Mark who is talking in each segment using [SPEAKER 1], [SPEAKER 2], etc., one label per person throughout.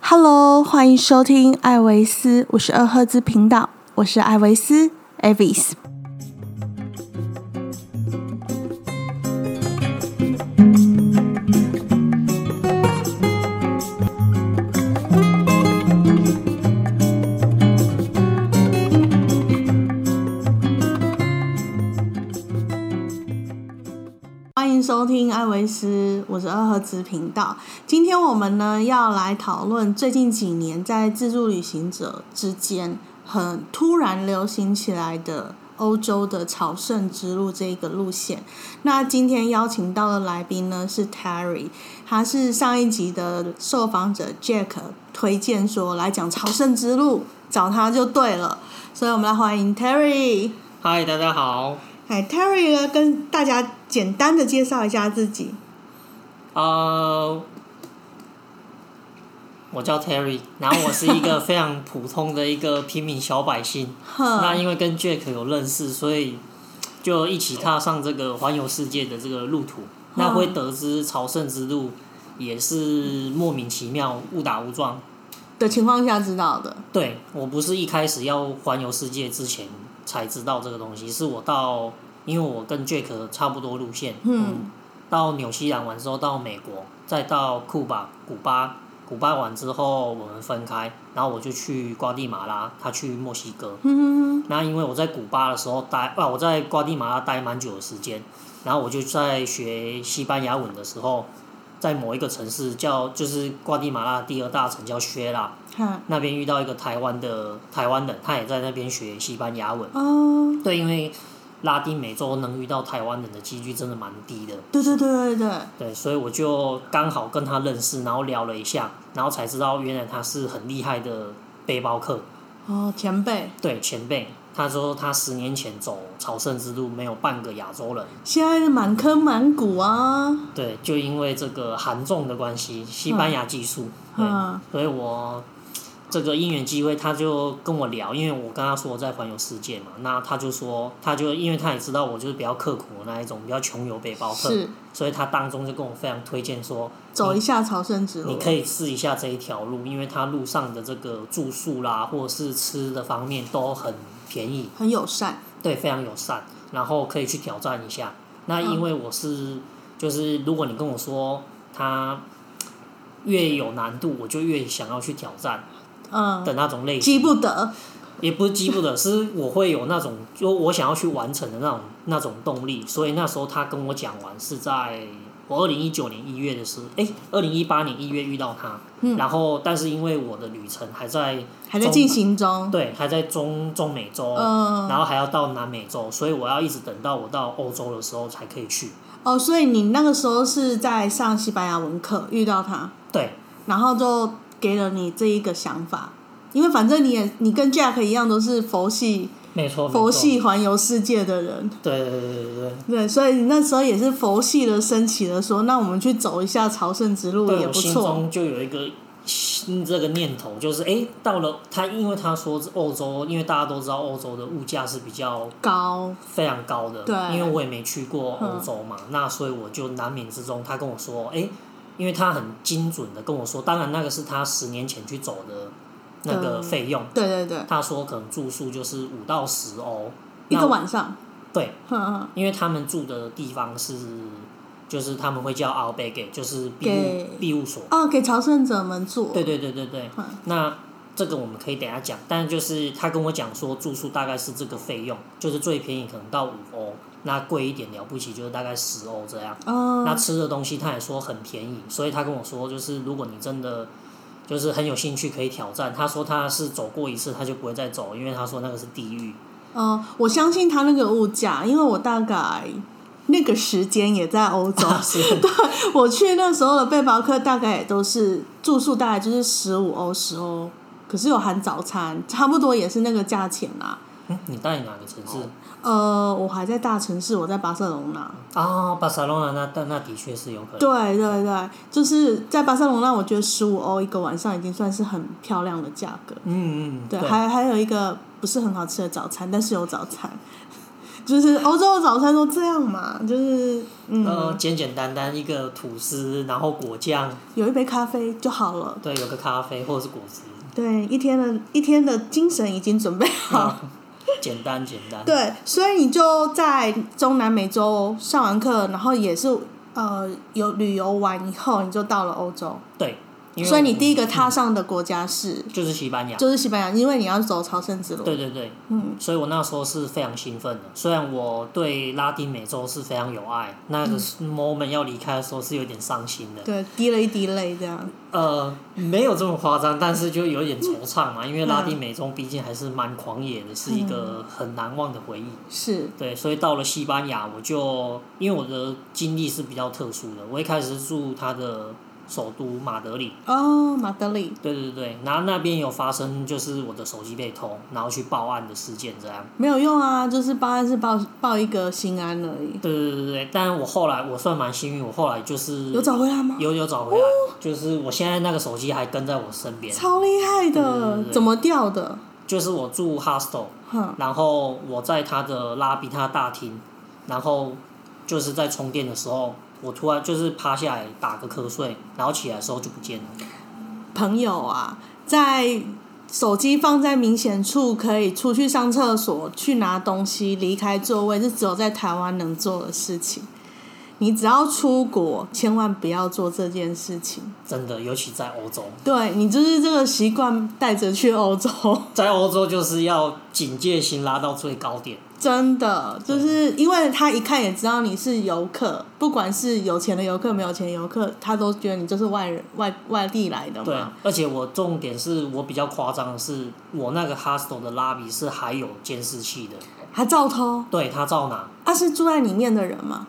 [SPEAKER 1] Hello，欢迎收听艾维斯，我是二赫兹频道，我是艾维斯 Avis。欢迎收听艾维斯，我是二合子频道。今天我们呢要来讨论最近几年在自助旅行者之间很突然流行起来的欧洲的朝圣之路这一个路线。那今天邀请到的来宾呢是 Terry，他是上一集的受访者 Jack 推荐说来讲朝圣之路，找他就对了。所以我们来欢迎 Terry。
[SPEAKER 2] 嗨，大家好。
[SPEAKER 1] 哎，Terry 呢，跟大家简单的介绍一下自己。
[SPEAKER 2] 呃，我叫 Terry，然后我是一个非常普通的一个平民小百姓。那
[SPEAKER 1] 哼，
[SPEAKER 2] 因为跟 Jack 有认识，所以就一起踏上这个环游世界的这个路途。那会得知朝圣之路也是莫名其妙、误打误撞。
[SPEAKER 1] 的情况下知道的。
[SPEAKER 2] 对我不是一开始要环游世界之前才知道这个东西，是我到因为我跟 Jack 差不多路线，
[SPEAKER 1] 嗯，
[SPEAKER 2] 到纽西兰玩之后到美国，再到库巴、古巴，古巴玩之后我们分开，然后我就去瓜地马拉，他去墨西哥。
[SPEAKER 1] 嗯
[SPEAKER 2] 那因为我在古巴的时候待，啊，我在瓜地马拉待蛮久的时间，然后我就在学西班牙文的时候，在某一个城市叫就是瓜地马拉第二大城叫薛拉，
[SPEAKER 1] 看
[SPEAKER 2] 那边遇到一个台湾的台湾人，他也在那边学西班牙文。
[SPEAKER 1] 哦，
[SPEAKER 2] 对，因为拉丁美洲能遇到台湾人的几率真的蛮低的。
[SPEAKER 1] 对对对对对，
[SPEAKER 2] 对，所以我就刚好跟他认识，然后聊了一下，然后才知道原来他是很厉害的背包客，
[SPEAKER 1] 哦，前辈，
[SPEAKER 2] 对前辈。他说他十年前走朝圣之路，没有半个亚洲人。
[SPEAKER 1] 现在满坑满谷啊，
[SPEAKER 2] 对，就因为这个韩众的关系，西班牙技术，对，
[SPEAKER 1] 嗯
[SPEAKER 2] 所以我这个因缘机会，他就跟我聊，因为我跟他说我在环游世界嘛，那他就说，他就因为他也知道我就是比较刻苦的那一种，比较穷游背包客，
[SPEAKER 1] 是
[SPEAKER 2] 所以他当中就跟我非常推荐说，
[SPEAKER 1] 走一下朝圣之
[SPEAKER 2] 你
[SPEAKER 1] 路。
[SPEAKER 2] 可以试一下这一条路，因为它路上的这个住宿啦，或者是吃的方面都很便宜，
[SPEAKER 1] 很友善，
[SPEAKER 2] 对，非常友善，然后可以去挑战一下。那因为我是，就是如果你跟我说它越有难度，我就越想要去挑战
[SPEAKER 1] 嗯，
[SPEAKER 2] 的那种类
[SPEAKER 1] 急
[SPEAKER 2] 型，
[SPEAKER 1] 不得，
[SPEAKER 2] 也不是激不的，是我会有那种就我想要去完成的那种那种动力。所以那时候他跟我讲完是在我二零一九年一月的时候，哎，二零一八年一月遇到他。
[SPEAKER 1] 嗯，
[SPEAKER 2] 然后，但是因为我的旅程还在
[SPEAKER 1] 还在进行中，
[SPEAKER 2] 对，还在中中美洲，
[SPEAKER 1] 嗯，
[SPEAKER 2] 然后还要到南美洲，所以我要一直等到我到欧洲的时候才可以去。
[SPEAKER 1] 哦，所以你那个时候是在上西班牙文课遇到他，
[SPEAKER 2] 对
[SPEAKER 1] 然后就给了你这一个想法，因为反正你也你跟 Jack 一样都是佛系
[SPEAKER 2] 没错，没
[SPEAKER 1] 佛
[SPEAKER 2] 错。
[SPEAKER 1] 系环游世界的人，
[SPEAKER 2] 对对对对对
[SPEAKER 1] 对，所以你那时候也是佛系的升起了说，那我们去走一下朝圣之路
[SPEAKER 2] 对，
[SPEAKER 1] 也
[SPEAKER 2] 对我
[SPEAKER 1] 不
[SPEAKER 2] 心
[SPEAKER 1] 错。
[SPEAKER 2] 中就有一个新这个念头，就是哎，到了他，因为他说是欧洲，因为大家都知道欧洲的物价是比较
[SPEAKER 1] 高，
[SPEAKER 2] 非常高的，
[SPEAKER 1] 对嗯
[SPEAKER 2] 因为我也没去过欧洲嘛，那所以我就难免之中，他跟我说，哎、因为他很精准的跟我说，当然那个是他十年前去走的那个
[SPEAKER 1] 嗯
[SPEAKER 2] 费用，
[SPEAKER 1] 对对对，
[SPEAKER 2] 他说可能住宿就是五到十欧，
[SPEAKER 1] 一
[SPEAKER 2] 那
[SPEAKER 1] 个晚上，嗯
[SPEAKER 2] 对，
[SPEAKER 1] 哼哼，
[SPEAKER 2] 因为他们住的地方是，就是他们会叫 o u t b a g 就是庇
[SPEAKER 1] 给
[SPEAKER 2] 护庇护所，
[SPEAKER 1] 哦，给朝圣者们做，
[SPEAKER 2] 对对对对对，
[SPEAKER 1] 嗯
[SPEAKER 2] 那这个我们可以等一下讲，但就是他跟我讲说住宿大概是这个费用，就是最便宜可能到五欧，那贵一点了不起就是大概十欧这样。
[SPEAKER 1] 哦，
[SPEAKER 2] 那吃的东西他也说很便宜，所以他跟我说就是如果你真的就是很有兴趣可以挑战，他说他是走过一次他就不会再走，因为他说那个是 地狱。
[SPEAKER 1] 哦，我相信他那个物价，因为我大概那个时间也在欧 洲，
[SPEAKER 2] 是
[SPEAKER 1] 对，我去那时候的背包客大概也都是住宿，大概就是十五欧、十欧，可是有含早餐，差不多也是那个价钱啦。
[SPEAKER 2] 嗯，你到底哪个城市？
[SPEAKER 1] 呃，我还在大城市，我在巴塞隆纳。
[SPEAKER 2] 啊，巴塞罗那那但那的确是有可能。
[SPEAKER 1] 对对对，就是在巴塞隆纳，我觉得十五欧一个晚上已经算是很漂亮的价格。
[SPEAKER 2] 嗯嗯，
[SPEAKER 1] 对，还还有一个不是很好吃的早餐，但是有早餐。 就是欧洲的早餐都这样嘛，就是嗯，
[SPEAKER 2] 呃，简简单单一个吐司，然后果酱，
[SPEAKER 1] 有一杯咖啡就好了。
[SPEAKER 2] 对，有个咖啡或者是果汁，
[SPEAKER 1] 对，一天的一天的精神已经准备
[SPEAKER 2] 嗯
[SPEAKER 1] 好了。
[SPEAKER 2] 简单简单。
[SPEAKER 1] 对，所以你就在中南美洲上完课，然后也是呃有旅游完以后，你就到了欧洲。
[SPEAKER 2] 对，因为
[SPEAKER 1] 所以你
[SPEAKER 2] 我嗯
[SPEAKER 1] 第一个踏上的国家是
[SPEAKER 2] 就是西班牙。
[SPEAKER 1] 就是西班牙，因为你要走朝圣之路。
[SPEAKER 2] 对对对，
[SPEAKER 1] 嗯，
[SPEAKER 2] 所以我那时候是非常兴奋的。虽然我对拉丁美洲是非常有爱，那个 moment 要离开的时候是有点伤心的。
[SPEAKER 1] 嗯对，滴了一滴泪这样。
[SPEAKER 2] 呃，没有这么夸张，但是就有点惆怅嘛，因
[SPEAKER 1] 嗯
[SPEAKER 2] 为拉丁美洲毕竟还是蛮狂野的，是一个很难忘的回忆。
[SPEAKER 1] 是，
[SPEAKER 2] 对，所以到了西班牙，我就因为我的经历是比较特殊的，我一开始是住它的首都马德里，
[SPEAKER 1] 哦，马德里，
[SPEAKER 2] 对对对，然后那边有发生就是我的手机被偷，然后去报案的事件这样。
[SPEAKER 1] 没有用啊，就是报案是报报一个心安而已。
[SPEAKER 2] 对对对对对，但我后来我算蛮幸运，我后来就是
[SPEAKER 1] 有找回来吗？
[SPEAKER 2] 嗯
[SPEAKER 1] 哦
[SPEAKER 2] 有有找回来，就是我现在那个手机还跟在我身边，
[SPEAKER 1] 超厉害
[SPEAKER 2] 对
[SPEAKER 1] 的
[SPEAKER 2] 对，对
[SPEAKER 1] 怎么掉的？
[SPEAKER 2] 就是我住 hostel，
[SPEAKER 1] 哼，
[SPEAKER 2] 然后我在他的拉比他大厅，然后就是在充电的时候，我突然就是趴下来打个瞌睡，然后起来的时候就不见了。
[SPEAKER 1] 朋友啊，在手机放在明显处，可以出去上厕所、去拿东西、离开座位，是只有在台湾能做的事情。你只要出国，千万不要做这件事情。
[SPEAKER 2] 真的，尤其在欧洲，
[SPEAKER 1] 对你就是这个习惯带着去欧洲，
[SPEAKER 2] 在欧洲就是要警戒心拉到最高点。
[SPEAKER 1] 真的就是因为他一看也知道你是游客，不管是有钱的游客、没有钱的游客，他都觉得你就是外人、外外地来的
[SPEAKER 2] 对
[SPEAKER 1] 嘛。，
[SPEAKER 2] 而且我重点是我比较夸张的是，我那个 hostel 的拉比是还有监视器的，
[SPEAKER 1] 还照偷，
[SPEAKER 2] 对他照拿，
[SPEAKER 1] 他、是住在里面的人嘛？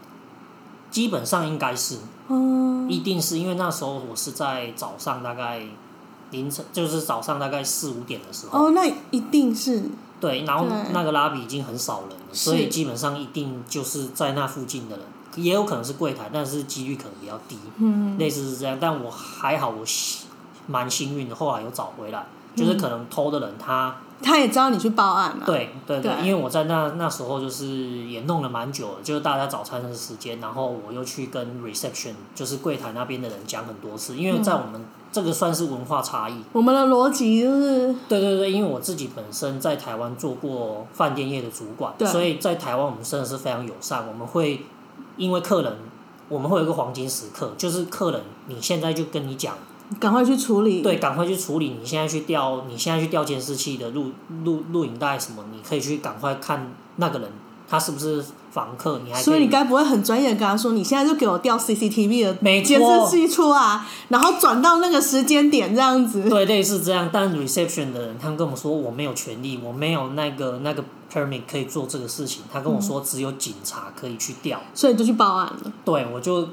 [SPEAKER 2] 基本上应该是，
[SPEAKER 1] 嗯，
[SPEAKER 2] 一定是因为那时候我是在早上大概凌晨，就是早上大概四五点的时候，
[SPEAKER 1] 哦，那一定是
[SPEAKER 2] 对，然后
[SPEAKER 1] 对
[SPEAKER 2] 那个拉比已经很少人了，
[SPEAKER 1] 是
[SPEAKER 2] 所以基本上一定就是在那附近的人，也有可能是柜台，但是几率可能比较低，
[SPEAKER 1] 嗯，
[SPEAKER 2] 类似是这样。但我还好，我幸蛮幸运的，后来有找回来，
[SPEAKER 1] 嗯
[SPEAKER 2] 就是可能偷的人他，
[SPEAKER 1] 他也知道你去报案了、啊。
[SPEAKER 2] 对对对，
[SPEAKER 1] 对
[SPEAKER 2] 因为我在那那时候就是也弄了蛮久了，就是大家早餐的时间，然后我又去跟 reception 就是柜台那边的人讲很多次，因为在我们、这个算是文化差异，
[SPEAKER 1] 我们的逻辑就是，
[SPEAKER 2] 对对对，因为我自己本身在台湾做过饭店业的主管
[SPEAKER 1] 对，
[SPEAKER 2] 所以在台湾我们真的是非常友善，我们会因为客人，我们会有一个黄金时刻，就是客人你现在就跟你讲，
[SPEAKER 1] 赶快去处理。
[SPEAKER 2] 对，赶快去处理，你现在去调，你现在去调监视器的录录录影带什么，你可以去赶快看那个人他是不是房客，你还可
[SPEAKER 1] 所以你该不会很专业地跟他说，你现在就给我调 CCTV 的
[SPEAKER 2] 没错
[SPEAKER 1] 监视器出来，然后转到那个时间点这样子。
[SPEAKER 2] 对，类似这样，但 reception 的人他们跟我说我没有权利，我没有那个那个 permit 可以做这个事情，他
[SPEAKER 1] 嗯
[SPEAKER 2] 跟我说只有警察可以去调，
[SPEAKER 1] 所以你就去报案了。
[SPEAKER 2] 对我就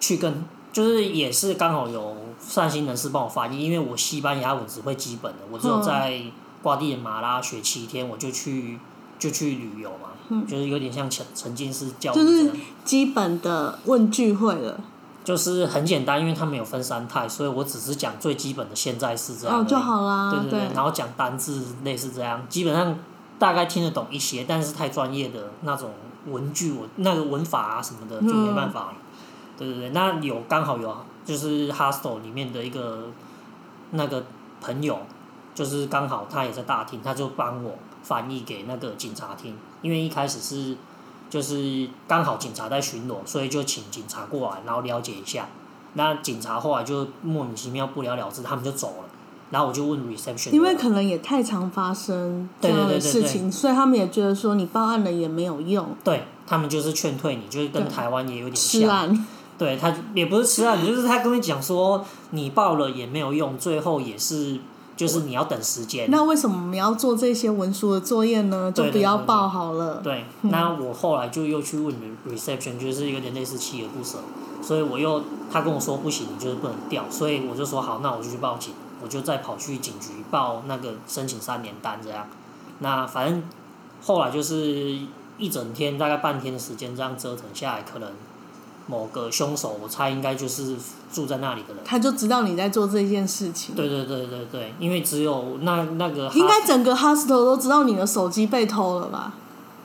[SPEAKER 2] 去跟，就是也是刚好有善心人士帮我翻译，因为我西班牙文只会基本的，我只有
[SPEAKER 1] 嗯
[SPEAKER 2] 在瓜地马拉学七天，我就去就去旅游嘛，就是有点像沉沉浸式教育
[SPEAKER 1] 嗯就
[SPEAKER 2] 这
[SPEAKER 1] 是
[SPEAKER 2] 样。
[SPEAKER 1] 基本的问句会了，
[SPEAKER 2] 就是很简单，因为他们有分三态，所以我只是讲最基本的现在是这样而已。
[SPEAKER 1] 哦就好啦。
[SPEAKER 2] 对对，然后讲单字类似这样，基本上大概听得懂一些，但是太专业的那种文具，我那个文法啊什么的就没办法了。对对对，那有刚好有就是 hostel 里面的一个那个朋友，就是刚好他也在大厅，他就帮我翻译给那个警察听，因为一开始是就是刚好警察在巡逻，所以就请警察过来，然后了解一下。那警察后来就莫名其妙不了了之，他们就走了。然后我就问 reception，
[SPEAKER 1] 因为
[SPEAKER 2] 的人
[SPEAKER 1] 可能也太常发生这
[SPEAKER 2] 对对
[SPEAKER 1] 样的
[SPEAKER 2] 对对
[SPEAKER 1] 事
[SPEAKER 2] 对
[SPEAKER 1] 情，所以他们也觉得说你报案了也没有用，
[SPEAKER 2] 对他们就是劝退你，就是跟
[SPEAKER 1] 对
[SPEAKER 2] 台湾也有点
[SPEAKER 1] 是
[SPEAKER 2] 像。
[SPEAKER 1] 啊，
[SPEAKER 2] 对他也不是吃案，就是他跟你讲说你报了也没有用，最后也是就是你要等时间。
[SPEAKER 1] 那为什么我们要做这些文书的作业呢？就
[SPEAKER 2] 对
[SPEAKER 1] 不要报好了。
[SPEAKER 2] 对，那我后来就又去问 re- reception，就是有点类似锲而不舍，所以我又他跟我说不行，你就是不能调，所以我就说好，那我就去报警，我就再跑去警局报那个申请三年单这样。那反正后来就是一整天大概半天的时间这样折腾下来，可能某个凶手，我猜应该就是住在那里的人。
[SPEAKER 1] 他就知道你在做这件事情。
[SPEAKER 2] 对对对对对，因为只有那那个哈
[SPEAKER 1] 应该整个 hostel 都知道你的手机被偷了吧？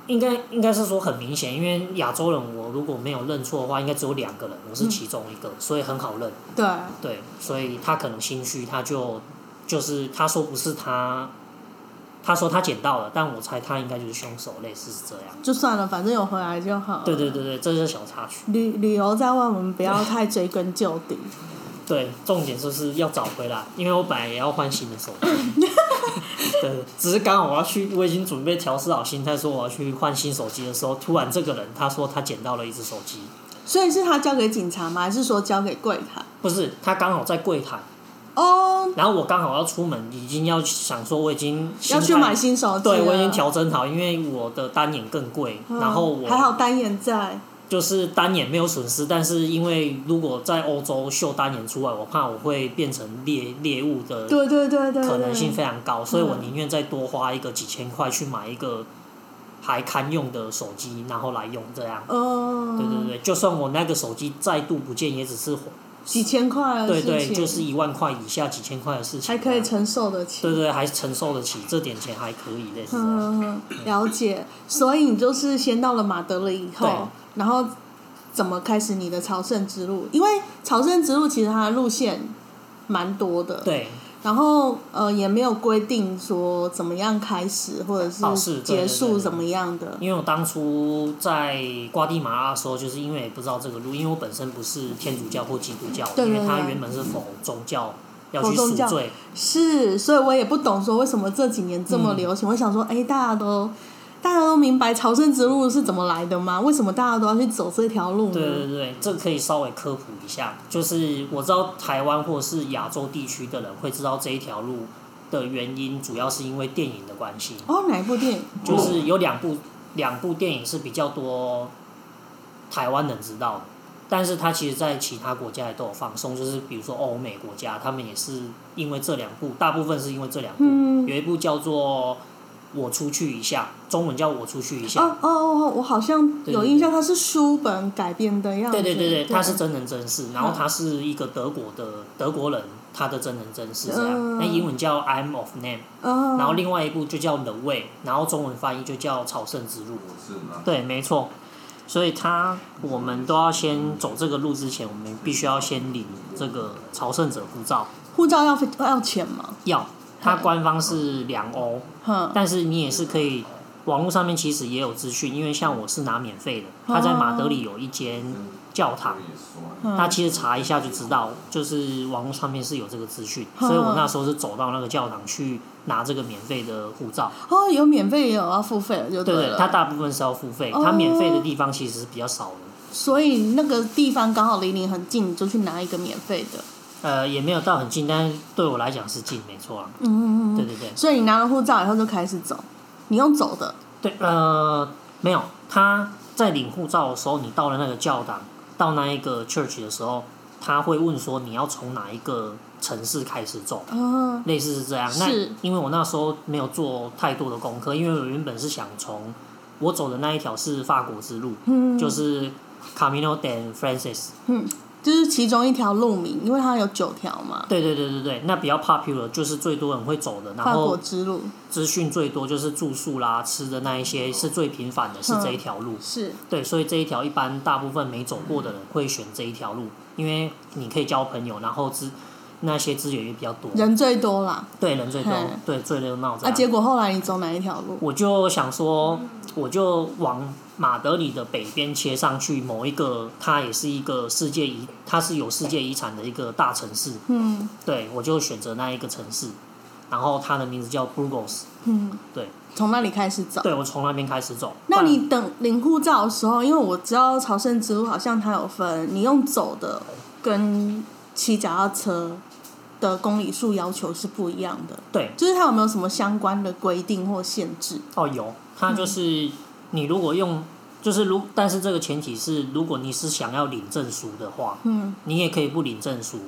[SPEAKER 2] 应该应该是说很明显，因为亚洲人我如果没有认错的话，应该只有两个人，我是其中一个，所以很好认。
[SPEAKER 1] 对，
[SPEAKER 2] 对，所以他可能心虚，他就就是他说不是他，他说他捡到了，但我猜他应该就是凶手，类似是这样。
[SPEAKER 1] 就算了，反正有回来就好了。
[SPEAKER 2] 对对对对，这是小插曲。
[SPEAKER 1] 旅旅游在外，我们不要太追根究底。
[SPEAKER 2] 对，重点就是要找回来，因为我本来也要换新的手机。 对，只是刚好我要去，我已经准备调试好心态，说我要去换新手机的时候，突然这个人他说他捡到了一只手机，
[SPEAKER 1] 所以是他交给警察吗？还是说交给柜台？
[SPEAKER 2] 不是他刚好在柜台，
[SPEAKER 1] 哦，
[SPEAKER 2] 然后我刚好要出门，已经要想说我已经
[SPEAKER 1] 要去
[SPEAKER 2] 心态
[SPEAKER 1] 买新手机。
[SPEAKER 2] 对，我已经。调整好，因为我的单眼更贵，
[SPEAKER 1] 嗯
[SPEAKER 2] 然后
[SPEAKER 1] 还
[SPEAKER 2] 我
[SPEAKER 1] 好单眼在，
[SPEAKER 2] 就是单眼没有损失，但是因为如果在欧洲秀单眼出来，我怕我会变成猎猎物的
[SPEAKER 1] 对嗯对对对对，
[SPEAKER 2] 可能性非常高，所以我宁愿再多花一个几千块去买一个还堪用的手机，然后来用这样。
[SPEAKER 1] 哦，
[SPEAKER 2] 对对，对，就算我那个手机再度不见，也只是
[SPEAKER 1] 几千块的事
[SPEAKER 2] 对
[SPEAKER 1] 情，
[SPEAKER 2] 对，就是一万块以下几千块的事情，啊
[SPEAKER 1] 还可以。承受得起。
[SPEAKER 2] 对对，还承受得起，这点钱还可以，类似这样。
[SPEAKER 1] 嗯，了解。所以你就是先到了马德里以
[SPEAKER 2] 对
[SPEAKER 1] 后，然后怎么开始你的朝圣之路？因为朝圣之路其实它的路线蛮多的，
[SPEAKER 2] 对，
[SPEAKER 1] 然后呃也没有规定说怎么样开始或者
[SPEAKER 2] 哦是对
[SPEAKER 1] 结
[SPEAKER 2] 对对
[SPEAKER 1] 束
[SPEAKER 2] 对
[SPEAKER 1] 怎么样的。
[SPEAKER 2] 因为我当初在瓜地马拉的时候，就是因为也不知道这个路，因为我本身不是天主教或基督教，
[SPEAKER 1] 对对
[SPEAKER 2] 因为它
[SPEAKER 1] 对
[SPEAKER 2] 原本是否宗教要
[SPEAKER 1] 否
[SPEAKER 2] 去
[SPEAKER 1] 宗
[SPEAKER 2] 赎
[SPEAKER 1] 教
[SPEAKER 2] 罪，
[SPEAKER 1] 是，所以我也不懂说为什么这几年这么流行。我想说，哎，大家都大家都明白朝圣之路是怎么来的吗？为什么大家都要去走这条路呢？
[SPEAKER 2] 对对对，这可以稍微科普一下，就是我知道台湾或是亚洲地区的人会知道这一条路的原因，主要是因为电影的关系，
[SPEAKER 1] 哦，哪一部电影？
[SPEAKER 2] 就是有两部两部电影是比较多台湾人知道的，但是它其实在其他国家也都有放送，就是比如说欧美国家，他们也是因为这两部，大部分是因为这两部，
[SPEAKER 1] 嗯
[SPEAKER 2] 有一部叫做《我出去一下》，中文叫《我出去一下》，
[SPEAKER 1] 哦哦哦，我好像
[SPEAKER 2] 对
[SPEAKER 1] 有印象，它是书本改编的样子。
[SPEAKER 2] 对对对对，他是
[SPEAKER 1] 对
[SPEAKER 2] 真人真事，然后他是一个德国的德国人，他的真人真事这样。
[SPEAKER 1] 嗯
[SPEAKER 2] 那英文叫《I'm of Name》，
[SPEAKER 1] 哦，
[SPEAKER 2] 然后另外一部就叫《The Way》，然后中文翻译就叫《朝圣之路》。
[SPEAKER 3] 我是吗？
[SPEAKER 2] 对，没错。所以他我们都要先走这个路之前，我们必须要先领这个朝圣者护照。
[SPEAKER 1] 护照要要钱吗？
[SPEAKER 2] 要，它官方是两欧，
[SPEAKER 1] 哼，
[SPEAKER 2] 但是你也是可以。网络上面其实也有资讯，因为像我是拿免费的，他在马德里有一间教堂，
[SPEAKER 1] 嗯
[SPEAKER 2] 那其实查一下就知道，就是网络上面是有这个资讯，
[SPEAKER 1] 嗯
[SPEAKER 2] 所以我那时候是走到那个教堂去拿这个免费的护照。
[SPEAKER 1] 哦，有免费也有要付费的，就
[SPEAKER 2] 对对，
[SPEAKER 1] 了。
[SPEAKER 2] 它大部分是要付费，
[SPEAKER 1] 哦
[SPEAKER 2] 它免费的地方其实是比较少的，
[SPEAKER 1] 所以那个地方刚好离你很近，你就去拿一个免费的。
[SPEAKER 2] 呃，也没有到很近，但是对我来讲是近，没错啊。
[SPEAKER 1] 嗯嗯嗯
[SPEAKER 2] 对
[SPEAKER 1] 嗯。
[SPEAKER 2] 对对
[SPEAKER 1] 所以你拿了护照以后就开始走，你用走的。
[SPEAKER 2] 对，呃，没有，他在领护照的时候，你到了那个教堂，到那一个 church 的时候，他会问说你要从哪一个城市开始走。
[SPEAKER 1] 哦，
[SPEAKER 2] 类似是这样。那
[SPEAKER 1] 是
[SPEAKER 2] 因为我那时候没有做太多的功课，因为我原本是想从我走的那一条是法国之路，
[SPEAKER 1] 嗯，
[SPEAKER 2] 就是 Camino de Francis。
[SPEAKER 1] 嗯，就是其中一条路名，因为它有九条嘛。
[SPEAKER 2] 对对对对对，那比较 popular 就是最多人会走的，然
[SPEAKER 1] 法国
[SPEAKER 2] 后
[SPEAKER 1] 之路
[SPEAKER 2] 资讯最多就是住宿啦、吃的那一
[SPEAKER 1] 嗯
[SPEAKER 2] 些是最频繁的，是这一条路。
[SPEAKER 1] 是
[SPEAKER 2] 对，所以这一条一般大部分没走过的人会选这一条路，因为你可以交朋友，然后资那些资源也比较多，
[SPEAKER 1] 人最多啦。
[SPEAKER 2] 对人最多
[SPEAKER 1] 嘿，
[SPEAKER 2] 对最热闹这
[SPEAKER 1] 啊，
[SPEAKER 2] 样。
[SPEAKER 1] 结果后来你走哪一条路？
[SPEAKER 2] 我就想说，我就往马德里的北边切上去，某一个它也是一个世界遗，它是有世界遗产的一个大城市。
[SPEAKER 1] 嗯
[SPEAKER 2] 对，我就选择那一个城市，然后它的名字叫 Burgos。
[SPEAKER 1] 嗯，
[SPEAKER 2] 对，
[SPEAKER 1] 从那里开始走。
[SPEAKER 2] 对我从那边开始走。
[SPEAKER 1] 那你等领护照的时候，因为我知道朝圣之路好像它有分，你用走的跟骑脚踏车的公里数要求是不一样的，
[SPEAKER 2] 对
[SPEAKER 1] 就是它有没有什么相关的规定或限制？
[SPEAKER 2] 哦有，它
[SPEAKER 1] 嗯
[SPEAKER 2] 就是你如果用，就是如但是这个前提是，如果你是想要领证书的话，
[SPEAKER 1] 嗯，
[SPEAKER 2] 你也可以不领证书，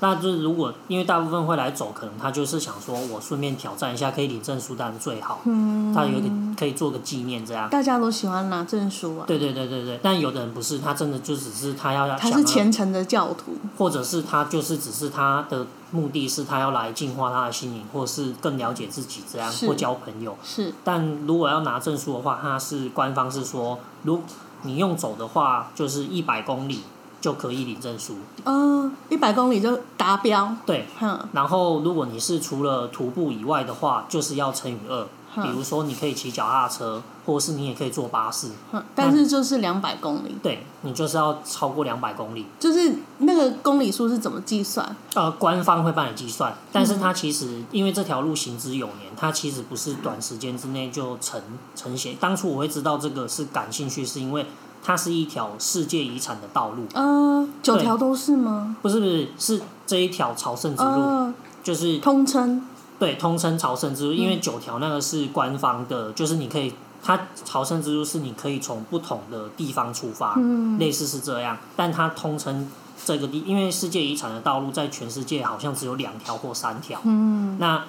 [SPEAKER 2] 那就是如果因为大部分会来走，可能他就是想说我顺便挑战一下，可以领证书当然最好，
[SPEAKER 1] 嗯，
[SPEAKER 2] 他有一个可以做个纪念这样。
[SPEAKER 1] 大家都喜欢拿证书啊，
[SPEAKER 2] 对对对对对，但有的人不是，他真的就只是他要
[SPEAKER 1] 他
[SPEAKER 2] 想
[SPEAKER 1] 是
[SPEAKER 2] 要
[SPEAKER 1] 虔诚的教徒，
[SPEAKER 2] 或者是他就是只是他的目的是他要来净化他的心灵，或是更了解自己这样，
[SPEAKER 1] 是
[SPEAKER 2] 或交朋友。
[SPEAKER 1] 是
[SPEAKER 2] 但如果要拿证书的话，它是官方是说，如你用走的话，就是一百公里就可以领证书。
[SPEAKER 1] 嗯，一百公里就达标，
[SPEAKER 2] 对，
[SPEAKER 1] 哼
[SPEAKER 2] 然后如果你是除了徒步以外的话，就是要乘以二。比
[SPEAKER 1] 哼
[SPEAKER 2] 如说，你可以骑脚踏车，或是你也可以坐巴士。
[SPEAKER 1] 哼，但是就是两百公里，
[SPEAKER 2] 对你就是要超过两百公里。
[SPEAKER 1] 就是那个公里数是怎么计算？
[SPEAKER 2] 呃，官方会帮你计算，但是它其实因为这条路行之有年，它其实不是短时间之内就成成型。当初我会知道这个是感兴趣，是因为它是一条世界遗产的道路，
[SPEAKER 1] 呃，九
[SPEAKER 2] 对
[SPEAKER 1] 条都是吗？
[SPEAKER 2] 不是不是是这一条朝圣之路，
[SPEAKER 1] 呃，
[SPEAKER 2] 就是
[SPEAKER 1] 通称
[SPEAKER 2] 对通称朝圣
[SPEAKER 1] 嗯
[SPEAKER 2] 之路，因为九条那个是官方的，就是你可以它朝圣之路是你可以从不同的地方出发，
[SPEAKER 1] 嗯
[SPEAKER 2] 类似是这样，但它通称这个地，因为世界遗产的道路在全世界好像只有两条或三条。
[SPEAKER 1] 嗯
[SPEAKER 2] 那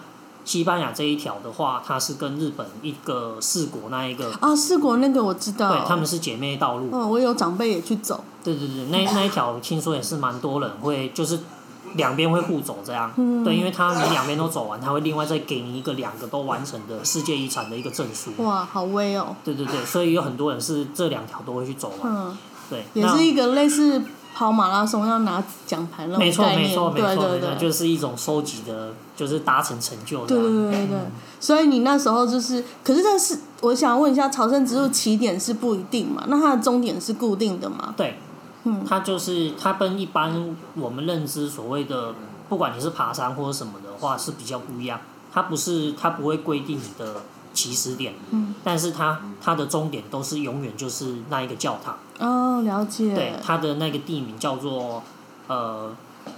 [SPEAKER 2] 西班牙这一条的话，它是跟日本一个四国那一个，
[SPEAKER 1] 啊，四国那个我知道，
[SPEAKER 2] 对，他们是姐妹道路。
[SPEAKER 1] 嗯，我有长辈也去走，
[SPEAKER 2] 对对对，那那一条听说也是蛮多人会，就是两边会互走这样。
[SPEAKER 1] 嗯
[SPEAKER 2] 对，因为它你两边都走完，它会另外再给你一个两个都完成的世界遗产的一个证书。
[SPEAKER 1] 哇，好威哦，
[SPEAKER 2] 对对对，所以有很多人是这两条都会去走完。
[SPEAKER 1] 嗯，
[SPEAKER 2] 对，
[SPEAKER 1] 也
[SPEAKER 2] 那
[SPEAKER 1] 是一个类似跑马拉松要拿奖牌那
[SPEAKER 2] 没
[SPEAKER 1] 种
[SPEAKER 2] 错
[SPEAKER 1] 概念，
[SPEAKER 2] 没错没
[SPEAKER 1] 对
[SPEAKER 2] 错
[SPEAKER 1] 对
[SPEAKER 2] 没错，
[SPEAKER 1] 对，
[SPEAKER 2] 就是一种收集的，就是达成成就这
[SPEAKER 1] 对
[SPEAKER 2] 样。
[SPEAKER 1] 对对对
[SPEAKER 2] 嗯
[SPEAKER 1] 对，所以你那时候就是，可是这是我想问一下，朝圣之路起点是不一定嘛？那它的终点是固定的吗？
[SPEAKER 2] 对，
[SPEAKER 1] 嗯
[SPEAKER 2] 它就是它跟一般我们认知所谓的，不管你是爬山或者什么的话，是比较不一样。它不是它不会规定你的起始点，
[SPEAKER 1] 嗯，
[SPEAKER 2] 但是它它的终点都是永远就是那一个教堂。
[SPEAKER 1] 哦，了
[SPEAKER 2] 对
[SPEAKER 1] 解，，
[SPEAKER 2] 它的那个地名叫做呃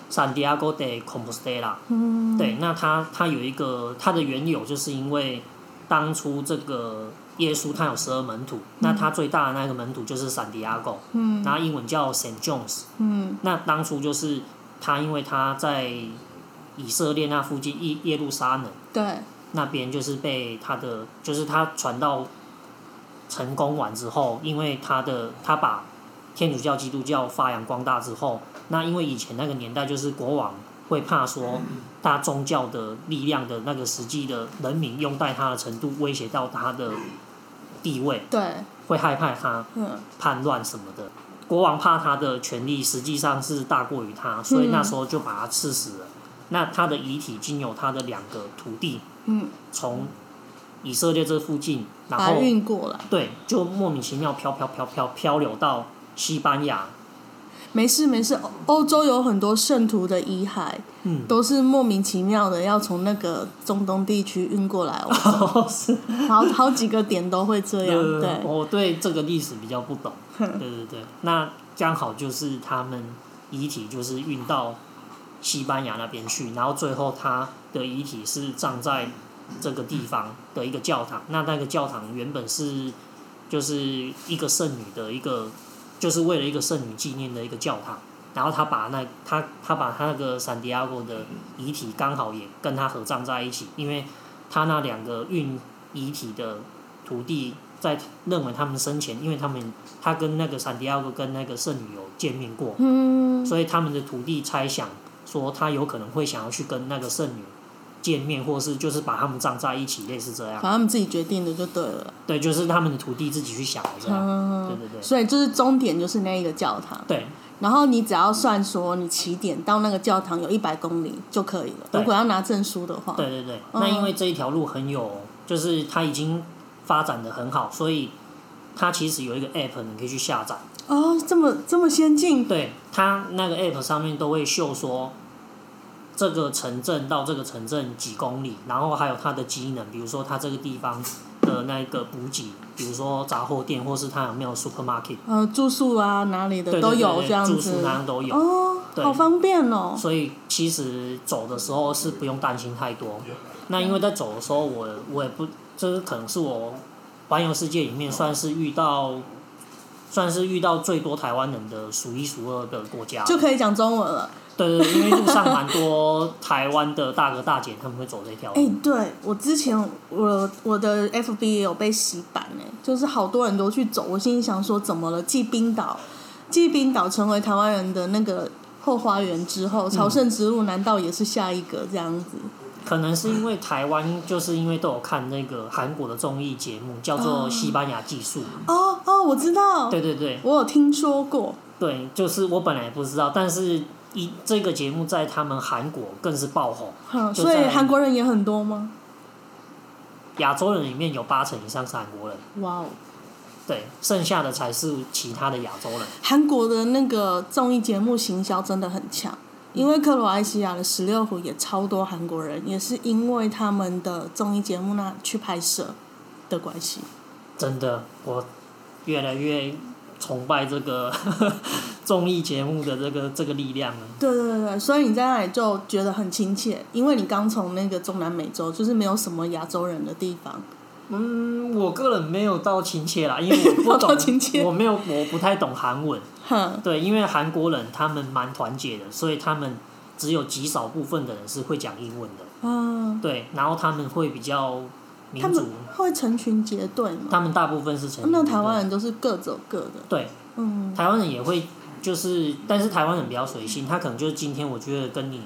[SPEAKER 2] Santiago de Compostela。
[SPEAKER 1] 嗯，
[SPEAKER 2] 对，那它它有一个它的缘由，就是因为当初这个耶稣他有十二门徒，那他最大的那个门徒就是 Santiago，
[SPEAKER 1] 嗯
[SPEAKER 2] 然后英文叫 Saint John's。
[SPEAKER 1] 嗯
[SPEAKER 2] 那当初就是他，因为他在以色列那附近耶耶路撒冷
[SPEAKER 1] 对，
[SPEAKER 2] 那边，就是被他的，就是他传到成功完之后，因为他的他把天主教、基督教发扬光大之后，那因为以前那个年代就是国王会怕说大宗教的力量的那个实际的人民拥戴他的程度威胁到他的地位，
[SPEAKER 1] 对，
[SPEAKER 2] 会害怕他，
[SPEAKER 1] 嗯
[SPEAKER 2] 叛乱什么的。国王怕他的权力实际上是大过于他，所以那时候就把他刺死了。那他的遗体经由他的两个徒弟
[SPEAKER 1] 嗯，
[SPEAKER 2] 从以色列这附近，然
[SPEAKER 1] 把它
[SPEAKER 2] 后
[SPEAKER 1] 运过来，
[SPEAKER 2] 对，就莫名其妙飘飘飘飘漂流到西班牙。
[SPEAKER 1] 没事没事，欧欧洲有很多圣徒的遗骸，
[SPEAKER 2] 嗯，
[SPEAKER 1] 都是莫名其妙的要从那个中东地区运过来， 我
[SPEAKER 2] 是
[SPEAKER 1] 好好几个点都会这样，
[SPEAKER 2] 呃
[SPEAKER 1] 对，
[SPEAKER 2] 我对这个历史比较不懂。对
[SPEAKER 1] 哼
[SPEAKER 2] 对对，那刚好就是他们遗体就是运到西班牙那边去，然后最后他的遗体是葬在这个地方的一个教堂。那那个教堂原本是就是一个圣女的一个，就是为了一个圣女纪念的一个教堂。然后他把那他他把他那个 San Diego 的遗体刚好也跟他合葬在一起，因为他那两个运遗体的徒弟在认为他们生前，因为他们他跟那个闪迪亚哥跟那个圣女有见面过，
[SPEAKER 1] 嗯，
[SPEAKER 2] 所以他们的徒弟猜想说他有可能会想要去跟那个圣女见面，或是就是把他们葬在一起，类似这
[SPEAKER 1] 反
[SPEAKER 2] 样。
[SPEAKER 1] 正他们自己决定的就对了，
[SPEAKER 2] 对，就是他们的徒弟自己去想的这样。
[SPEAKER 1] 嗯，
[SPEAKER 2] 对对对
[SPEAKER 1] 所以就是终点就是那一个教堂，
[SPEAKER 2] 对
[SPEAKER 1] 然后你只要算说你起点到那个教堂有一百公里就可以了。
[SPEAKER 2] 对
[SPEAKER 1] 如果要拿证书的话，
[SPEAKER 2] 对对对，
[SPEAKER 1] 嗯
[SPEAKER 2] 那因为这一条路很有，就是它已经发展的很好，所以它其实有一个 app 你可以去下载。
[SPEAKER 1] 哦，这么这么先进，
[SPEAKER 2] 对，它那个 app 上面都会秀说这个城镇到这个城镇几公里，然后还有它的机能，比如说它这个地方的那个补给，比如说杂货店，或是它有没有 supermarket，
[SPEAKER 1] 呃，住宿啊哪里
[SPEAKER 2] 对
[SPEAKER 1] 的都有
[SPEAKER 2] 对对
[SPEAKER 1] 这样
[SPEAKER 2] 住宿那
[SPEAKER 1] 子，
[SPEAKER 2] 样都有。
[SPEAKER 1] 哦，
[SPEAKER 2] 对
[SPEAKER 1] 好方便哦，
[SPEAKER 2] 所以其实走的时候是不用担心太多。那因为在走的时候我，我也不，这可能是我环游世界里面算是遇到，算是遇到最多台湾人的数一数二的国家了。
[SPEAKER 1] 就可以讲中文了。
[SPEAKER 2] 对对，因为路上蛮多台湾的大哥大姐他们会走这条
[SPEAKER 1] 哎、
[SPEAKER 2] 路。
[SPEAKER 1] 对我之前我我的 FB 也有被洗版哎、就是好多人都去走，我心里想说怎么了？继冰岛，继冰岛成为台湾人的那个后花园之后，朝圣之路难道也是下一个这样子？
[SPEAKER 2] 可能是因为台湾就是因为都有看那个韩国的综艺节目，叫做
[SPEAKER 1] 哦
[SPEAKER 2] 《西班牙技术》。
[SPEAKER 1] 哦哦，我知道，
[SPEAKER 2] 对对对
[SPEAKER 1] 我有听说过，
[SPEAKER 2] 对，就是我本来也不知道，但是一这个节目在他们韩国更是爆红，
[SPEAKER 1] 嗯，
[SPEAKER 2] 就
[SPEAKER 1] 所以
[SPEAKER 2] 在
[SPEAKER 1] 韩国人也很多吗？
[SPEAKER 2] 亚洲人里面有八成以上是韩国人，
[SPEAKER 1] 哇哦，
[SPEAKER 2] 对，剩下的才是其他的亚洲人。
[SPEAKER 1] 韩国的那个综艺节目行销真的很强，因为克罗埃西亚的十六湖也超多韩国人，也是因为他们的综艺节目那去拍摄的关系。
[SPEAKER 2] 真的，我越来越崇拜这个 综艺节目的这个这个力量了。
[SPEAKER 1] 对对对对，所以你在那里就觉得很亲切，因为你刚从那个中南美洲，就是没有什么亚洲人的地方。
[SPEAKER 2] 嗯，我个人没有到亲切啦，因为我
[SPEAKER 1] 没有
[SPEAKER 2] 不
[SPEAKER 1] 到
[SPEAKER 2] 懂
[SPEAKER 1] 亲切，
[SPEAKER 2] 我没有，我不太懂韩文。
[SPEAKER 1] 哼，
[SPEAKER 2] 对，因为韩国人他们蛮团结的，所以他们只有极少部分的人是会讲英文的。
[SPEAKER 1] 嗯，
[SPEAKER 2] 对，然后他们会比较民
[SPEAKER 1] 他们
[SPEAKER 2] 族，
[SPEAKER 1] 会成群结队嘛？
[SPEAKER 2] 他们大部分是成
[SPEAKER 1] 那
[SPEAKER 2] 民族
[SPEAKER 1] 台湾
[SPEAKER 2] 的
[SPEAKER 1] 人都是各走各的。
[SPEAKER 2] 对，
[SPEAKER 1] 嗯，
[SPEAKER 2] 台湾人也会就是，但是台湾人比较随性，他可能就是今天我觉得跟你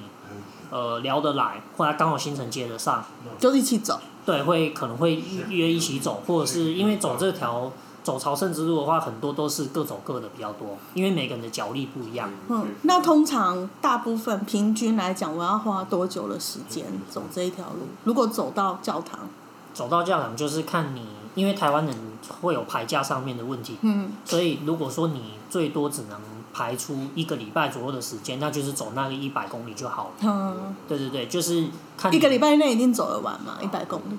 [SPEAKER 2] 呃聊得来，或者刚好行程接得上，
[SPEAKER 1] 就一起走。
[SPEAKER 2] 对，会可能会约一起走，或者是因为走这条走朝圣之路的话，很多都是各走各的比较多，因为每个人的脚力不一样。
[SPEAKER 1] 嗯，那通常大部分平均来讲，我要花多久的时间走这一条路？如果走到教堂，
[SPEAKER 2] 走到教堂就是看你，因为台湾人会有排价上面的问题，
[SPEAKER 1] 嗯，
[SPEAKER 2] 所以如果说你最多只能排出一个礼拜左右的时间，那就是走那个一百公里就好了。
[SPEAKER 1] 嗯，
[SPEAKER 2] 对对对，就是看你
[SPEAKER 1] 一个礼拜内一定走得完嘛，一百公里。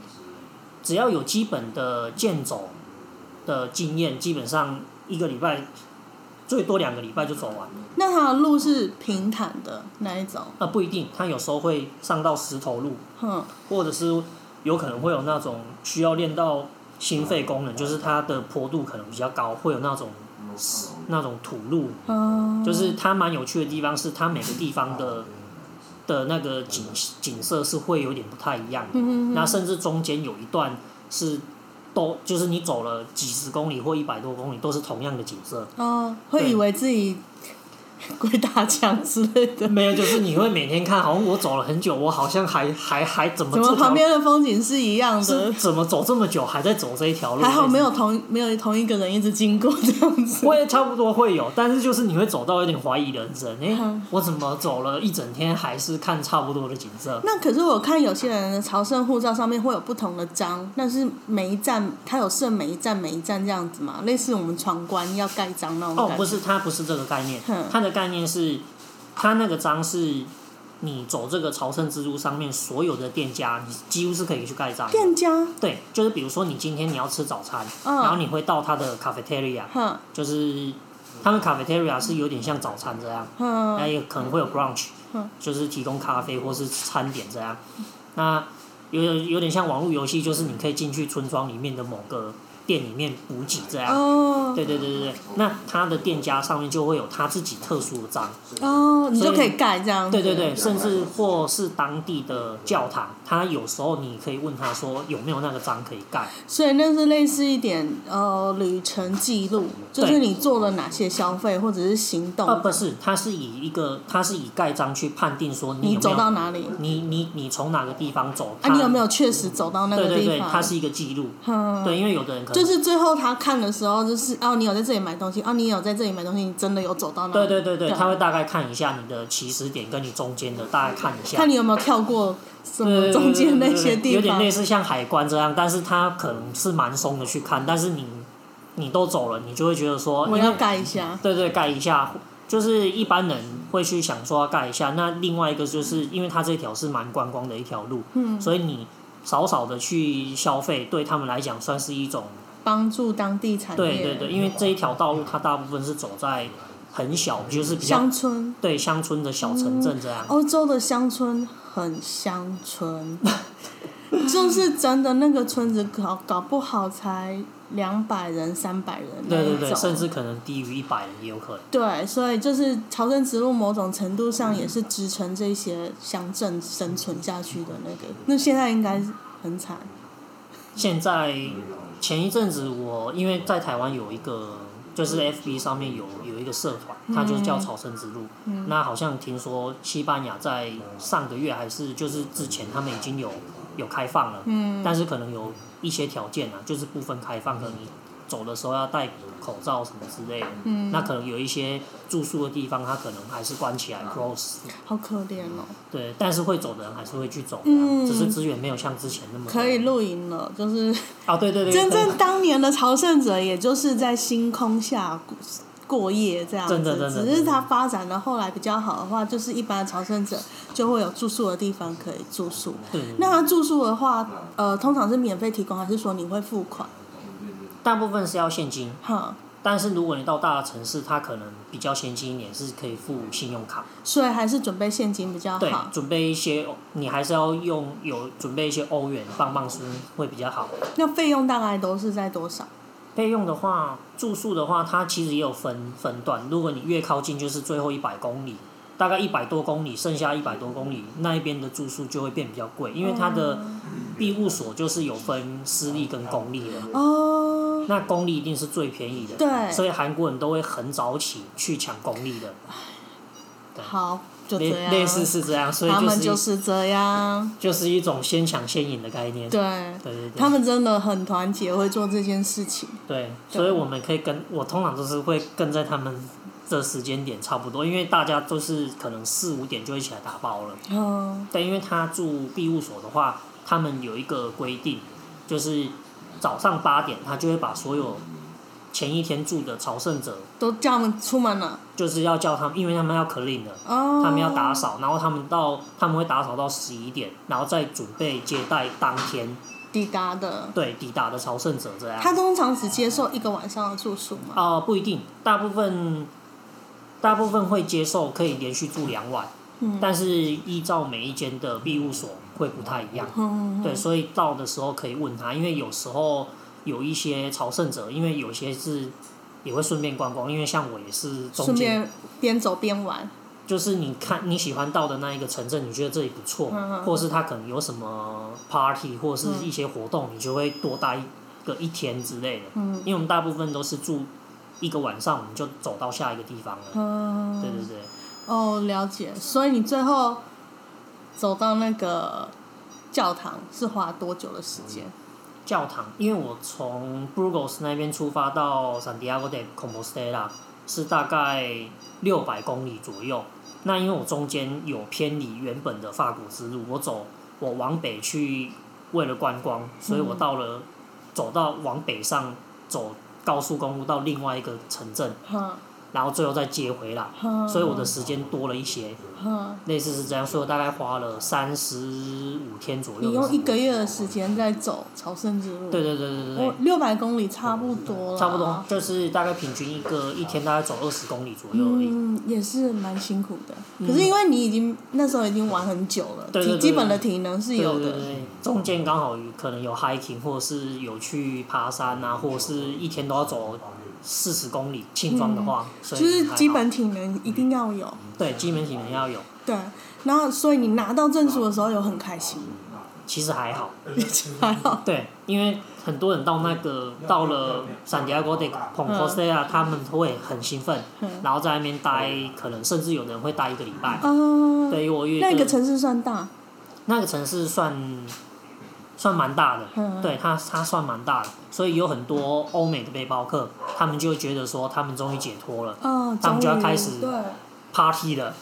[SPEAKER 2] 只要有基本的健走的经验，基本上一个礼拜最多两个礼拜就走完了。
[SPEAKER 1] 那它的路是平坦的那一种，
[SPEAKER 2] 那不一定，它有时候会上到石头路，
[SPEAKER 1] 哼、
[SPEAKER 2] 或者是有可能会有那种需要练到心肺功能，就是它的坡度可能比较高，会有那种那种土路。
[SPEAKER 1] 嗯，
[SPEAKER 2] 就是它蛮有趣的地方是，它每个地方的的那个景景色是会有点不太一样的。
[SPEAKER 1] 嗯，
[SPEAKER 2] 那甚至中间有一段是都就是你走了几十公里或一百多公里都是同样的景色，
[SPEAKER 1] 哦，会
[SPEAKER 2] 对
[SPEAKER 1] 以为自己 鬼打墙之类的，
[SPEAKER 2] 没有就是你会每天看，好像我走了很久，我好像还还还怎么
[SPEAKER 1] 怎
[SPEAKER 2] 这
[SPEAKER 1] 么
[SPEAKER 2] 条
[SPEAKER 1] 旁边的风景是一样
[SPEAKER 2] 是
[SPEAKER 1] 的？
[SPEAKER 2] 怎么走这么久还在走这一条路？
[SPEAKER 1] 还好没
[SPEAKER 2] 有。
[SPEAKER 1] 有同没有同一个人一直经过这样子。
[SPEAKER 2] 会差不多会有，但是就是你会走到有点怀疑人生，哎、
[SPEAKER 1] 嗯
[SPEAKER 2] 我怎么走了一整天还是看差不多的景色？
[SPEAKER 1] 那可是我看有些人的朝圣护照上面会有不同的章，那是每一站它有设每一站每一站这样子嘛，类似我们闯关要盖章那种感
[SPEAKER 2] 哦
[SPEAKER 1] 觉。，
[SPEAKER 2] 不是，它不是这个概念
[SPEAKER 1] 嗯，
[SPEAKER 2] 它的概念是，它那个章是你走这个朝圣之路上面所有的店家，你几乎是可以去盖章的。
[SPEAKER 1] 店家，啊
[SPEAKER 2] 对，就是比如说你今天你要吃早餐，
[SPEAKER 1] 嗯
[SPEAKER 2] 然后你会到它的 cafeteria，
[SPEAKER 1] 哼
[SPEAKER 2] 就是他们 cafeteria 是有点像早餐这样，那
[SPEAKER 1] 哼，
[SPEAKER 2] 也可能会有 brunch，
[SPEAKER 1] 嗯
[SPEAKER 2] 就是提供咖啡或是餐点这样。那有点有点像网络游戏，就是你可以进去村庄里面的某个店里面补给这样。
[SPEAKER 1] 哦
[SPEAKER 2] 对对对对对，那他的店家上面就会有他自己特殊的章，
[SPEAKER 1] 哦，你就
[SPEAKER 2] 所以
[SPEAKER 1] 可以盖这样子。
[SPEAKER 2] 对对对，甚至或是当地的教堂，他有时候你可以问他说有没有那个章可以盖，
[SPEAKER 1] 所以那是类似一点呃旅程记录，就是
[SPEAKER 2] 对
[SPEAKER 1] 你做了哪些消费或者是行
[SPEAKER 2] 呃，
[SPEAKER 1] 动，
[SPEAKER 2] 不是，他是以一个他是以盖章去判定说你
[SPEAKER 1] 你
[SPEAKER 2] 有没
[SPEAKER 1] 走
[SPEAKER 2] 有
[SPEAKER 1] 到哪里，
[SPEAKER 2] 你你你从哪个地方走，
[SPEAKER 1] 啊，
[SPEAKER 2] 它
[SPEAKER 1] 你有没有确实走到那
[SPEAKER 2] 对
[SPEAKER 1] 个
[SPEAKER 2] 对
[SPEAKER 1] 地
[SPEAKER 2] 对，
[SPEAKER 1] 方？
[SPEAKER 2] 它是一个记录，
[SPEAKER 1] 哼
[SPEAKER 2] 对，因为有的人可能
[SPEAKER 1] 就是最后他看的时候，就是哦，你有在这里买东西，哦，你有在这里买东西，你真的有走到那
[SPEAKER 2] 对
[SPEAKER 1] 里，
[SPEAKER 2] 对对对，
[SPEAKER 1] 对
[SPEAKER 2] 他会大概看一下你的起始点跟你中间的，大概看一下。
[SPEAKER 1] 看你有没有跳过什
[SPEAKER 2] 对
[SPEAKER 1] 么
[SPEAKER 2] 对对
[SPEAKER 1] 中间
[SPEAKER 2] 对
[SPEAKER 1] 那
[SPEAKER 2] 对
[SPEAKER 1] 些
[SPEAKER 2] 对
[SPEAKER 1] 地
[SPEAKER 2] 有点
[SPEAKER 1] 方。
[SPEAKER 2] 类似像海关这样，但是他可能是蛮松的去看，但是你你都走了，你就会觉得说，
[SPEAKER 1] 我
[SPEAKER 2] 因
[SPEAKER 1] 要
[SPEAKER 2] 为
[SPEAKER 1] 盖一下，
[SPEAKER 2] 对对盖一下，就是一般人会去想说要盖一下。那另外一个就是因为它这条是蛮观光的一条路，
[SPEAKER 1] 嗯，
[SPEAKER 2] 所以你少少的去消费，对他们来讲算是一种
[SPEAKER 1] 帮助当地产业，
[SPEAKER 2] 对对对，因为这一条道路它大部分是走在很小，就是比较
[SPEAKER 1] 乡村，
[SPEAKER 2] 对乡村的小城镇这样。
[SPEAKER 1] 欧洲的乡村很乡村，就是真的那个村子搞搞不好才两百人、三百人那
[SPEAKER 2] 对
[SPEAKER 1] 一种，
[SPEAKER 2] 对对，甚至可能低于一百人也有可能。
[SPEAKER 1] 对，所以就是朝圣之路某种程度上也是支撑这些乡镇生存下去的那个。那现在应该很惨，
[SPEAKER 2] 现在前一阵子我因为在台湾有一个，就是 FB 上面有有一个社团，它就
[SPEAKER 1] 嗯
[SPEAKER 2] 叫朝圣之路。那好像听说西班牙在上个月还是就是之前，他们已经有有开放
[SPEAKER 1] 嗯
[SPEAKER 2] 了，但是可能有一些条件啊，就是部分开放，可能你走的时候要戴口罩什么之类的。
[SPEAKER 1] 嗯
[SPEAKER 2] 那可能有一些住宿的地方，它可能还是关起来 close，
[SPEAKER 1] 好可怜哦。
[SPEAKER 2] 对，但是会走的人还是会去走的啊、
[SPEAKER 1] 嗯
[SPEAKER 2] 只是资源没有像之前那么
[SPEAKER 1] 可以露营了，就是
[SPEAKER 2] 啊，对对对，
[SPEAKER 1] 真
[SPEAKER 2] 可以
[SPEAKER 1] 正当年的朝圣者，也就是在星空下过过夜这样
[SPEAKER 2] 真的真
[SPEAKER 1] 子。
[SPEAKER 2] 的
[SPEAKER 1] 只是它发展的后来比较好的话，就是一般的朝圣者就会有住宿的地方可以住宿。
[SPEAKER 2] 对，
[SPEAKER 1] 那它住宿的话，呃，通常是免费提供，还是说你会付款？
[SPEAKER 2] 大部分是要现金，
[SPEAKER 1] 哈，
[SPEAKER 2] 但是如果你到大的城市，它可能比较先进一点，是可以付信用卡。
[SPEAKER 1] 所以还是准备现金比较
[SPEAKER 2] 对
[SPEAKER 1] 啊好，。
[SPEAKER 2] 准备一些，你还是要用有准备一些欧元棒棒书会比较好。
[SPEAKER 1] 那费用大概都是在多少？
[SPEAKER 2] 备用的话，住宿的话，它其实也有分分段。如果你越靠近，就是最后一百公里，大概一百多公里，剩下一百多公里那一边的住宿就会变比较贵，因为它的庇护所就是有分私立跟公立的。
[SPEAKER 1] 哦，
[SPEAKER 2] 那公立一定是最便宜的，
[SPEAKER 1] 对
[SPEAKER 2] 所以韩国人都会很早起去抢公立的，
[SPEAKER 1] 好，就这
[SPEAKER 2] 类
[SPEAKER 1] 样。啊
[SPEAKER 2] 类似是这样，所以
[SPEAKER 1] 他
[SPEAKER 2] 就
[SPEAKER 1] 们
[SPEAKER 2] 是
[SPEAKER 1] 就是这样，
[SPEAKER 2] 就是一种先抢先赢的概念。
[SPEAKER 1] 对。
[SPEAKER 2] 对对对
[SPEAKER 1] 他们真的很团结，会做这件事情。
[SPEAKER 2] 对，所以我们可以跟我通常都是会跟在他们这时间点差不多，因为大家都是可能四五点就一起来打包了。
[SPEAKER 1] 嗯，
[SPEAKER 2] 但因为他住庇护所的话，他们有一个规定，就是早上八点他就会把所有前一天住的朝圣者，
[SPEAKER 1] 都叫他们出门了。
[SPEAKER 2] 就是要叫他们，因为他们要 clean 了。
[SPEAKER 1] 哦，
[SPEAKER 2] 他们要打。扫，然后他们到他们会打扫到十一点，然后再准备接待当天
[SPEAKER 1] 抵达的，
[SPEAKER 2] 对抵达的朝圣者这样。
[SPEAKER 1] 他通常只接受一个晚上的住宿嘛。
[SPEAKER 2] 啊、不一定，大部分大部分会接受可以连续住两晚，
[SPEAKER 1] 嗯
[SPEAKER 2] 但是依照每一间的庇护所会不太一样。
[SPEAKER 1] 嗯，
[SPEAKER 2] 对，所以到的时候可以问他，因为有时候有一些朝圣者，因为有些是也会顺便观光，因为像我也是中
[SPEAKER 1] 顺
[SPEAKER 2] 间，
[SPEAKER 1] 便边走边玩。
[SPEAKER 2] 就是你看你喜欢到的那一个城镇，你觉得这里不错，
[SPEAKER 1] 嗯嗯嗯
[SPEAKER 2] 或是他可能有什么 party 或是一些活动，你就会多待一个一天之类的。
[SPEAKER 1] 嗯
[SPEAKER 2] 因为我们大部分都是住一个晚上，我们就走到下一个地方了。
[SPEAKER 1] 嗯，
[SPEAKER 2] 对对对，
[SPEAKER 1] 哦，了解。所以你最后走到那个教堂是花多久的时间？
[SPEAKER 2] 教堂，因为我从 Burgos 那边出发到 Santiago de Compostela 是大概六百公里左右。那因为我中间有偏离原本的法国之路，我走我往北去为了观光，所以我到了、走到往北上走高速公路到另外一个城镇，
[SPEAKER 1] 哼
[SPEAKER 2] 然后最后再接回来，
[SPEAKER 1] 哼，
[SPEAKER 2] 所以我的时间多了一些。
[SPEAKER 1] 哼，
[SPEAKER 2] 类似是这样，所以我大概花了三十五天左右。
[SPEAKER 1] 你用一个月的时？间在走朝圣之路，
[SPEAKER 2] 对对对对对
[SPEAKER 1] 我
[SPEAKER 2] 对，
[SPEAKER 1] 六百公里差不多了，
[SPEAKER 2] 差不多，就是大概平均一个一天大概走二十公里左右而已。
[SPEAKER 1] 嗯，也是蛮辛苦的。
[SPEAKER 2] 嗯
[SPEAKER 1] 可是因为你已经那时候已经玩很久了，
[SPEAKER 2] 对对对
[SPEAKER 1] 体基本的体能是
[SPEAKER 2] 对
[SPEAKER 1] 有
[SPEAKER 2] 对
[SPEAKER 1] 的。
[SPEAKER 2] 对对，中间刚好有可能有 hiking，或者是有去爬山啊，或者是一天都要走四十公里，轻装的话，所
[SPEAKER 1] 嗯
[SPEAKER 2] 以
[SPEAKER 1] 就是
[SPEAKER 2] 还好
[SPEAKER 1] 基本体能一定要有，
[SPEAKER 2] 对基本体能要有，
[SPEAKER 1] 对。然后，所以你拿到证书的时候有很开 心，
[SPEAKER 2] 其实还好。嗯
[SPEAKER 1] 还好，
[SPEAKER 2] 对，因为很多人到那个到了 Santiago de Compostela，、他们会很兴奋，
[SPEAKER 1] 嗯
[SPEAKER 2] 然后在那边待，可能甚至有的人会待一个礼拜。
[SPEAKER 1] 啊，
[SPEAKER 2] 对，我有一
[SPEAKER 1] 那个城市算大，
[SPEAKER 2] 那个城市算算蛮大的，
[SPEAKER 1] 嗯
[SPEAKER 2] 对它它算蛮大的，所以有很多欧美的背包客，他们就觉得说他们终于解脱了
[SPEAKER 1] 哦，
[SPEAKER 2] 他们就要
[SPEAKER 1] 终于
[SPEAKER 2] 开始
[SPEAKER 1] 对，
[SPEAKER 2] ，party 了，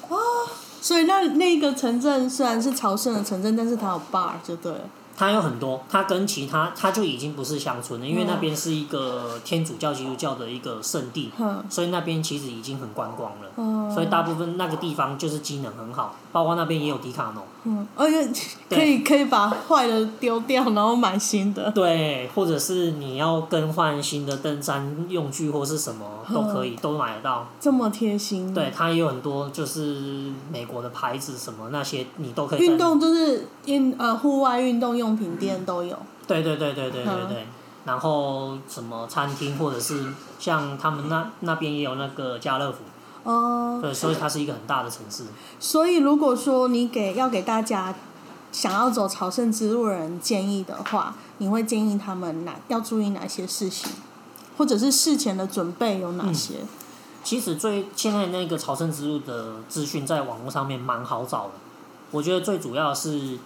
[SPEAKER 1] 所以那那个城镇虽然是朝圣的城镇，但是它有 bar 就对了，
[SPEAKER 2] 它有很多，它跟其他它就已经不是乡村了，因为那
[SPEAKER 1] 嗯
[SPEAKER 2] 边是一个天主教基督教的一个圣地，
[SPEAKER 1] 哼，
[SPEAKER 2] 所以那边其实已经很观光了。
[SPEAKER 1] 嗯，
[SPEAKER 2] 所以大部分那个地方就是机能很好，包括那边也有迪卡侬，
[SPEAKER 1] 嗯，而且可以可以把坏的丢掉，然后买新的。
[SPEAKER 2] 对，或者是你要更换新的登山用具或是什么都
[SPEAKER 1] 嗯
[SPEAKER 2] 可以，都买得到。
[SPEAKER 1] 这么贴心，
[SPEAKER 2] 对，，它也有很多就是美国的牌子什么那些你都可以在
[SPEAKER 1] 运。动就是运呃户外运动用品店都有，
[SPEAKER 2] 对对对对对对
[SPEAKER 1] 嗯
[SPEAKER 2] 对。然后什么餐厅或者是像他们那那边也有那个家乐福，
[SPEAKER 1] 哦、
[SPEAKER 2] 对，所以它是一个很大的城市。
[SPEAKER 1] 所以如果说你给要给大家想要走朝圣之路的人建议的话，你会建议他们哪要注意哪些事情，或者是事前的准备有
[SPEAKER 2] 嗯
[SPEAKER 1] 哪些？
[SPEAKER 2] 其实最现在那个朝圣之路的资讯在网络上面蛮好找的，我觉得最主要是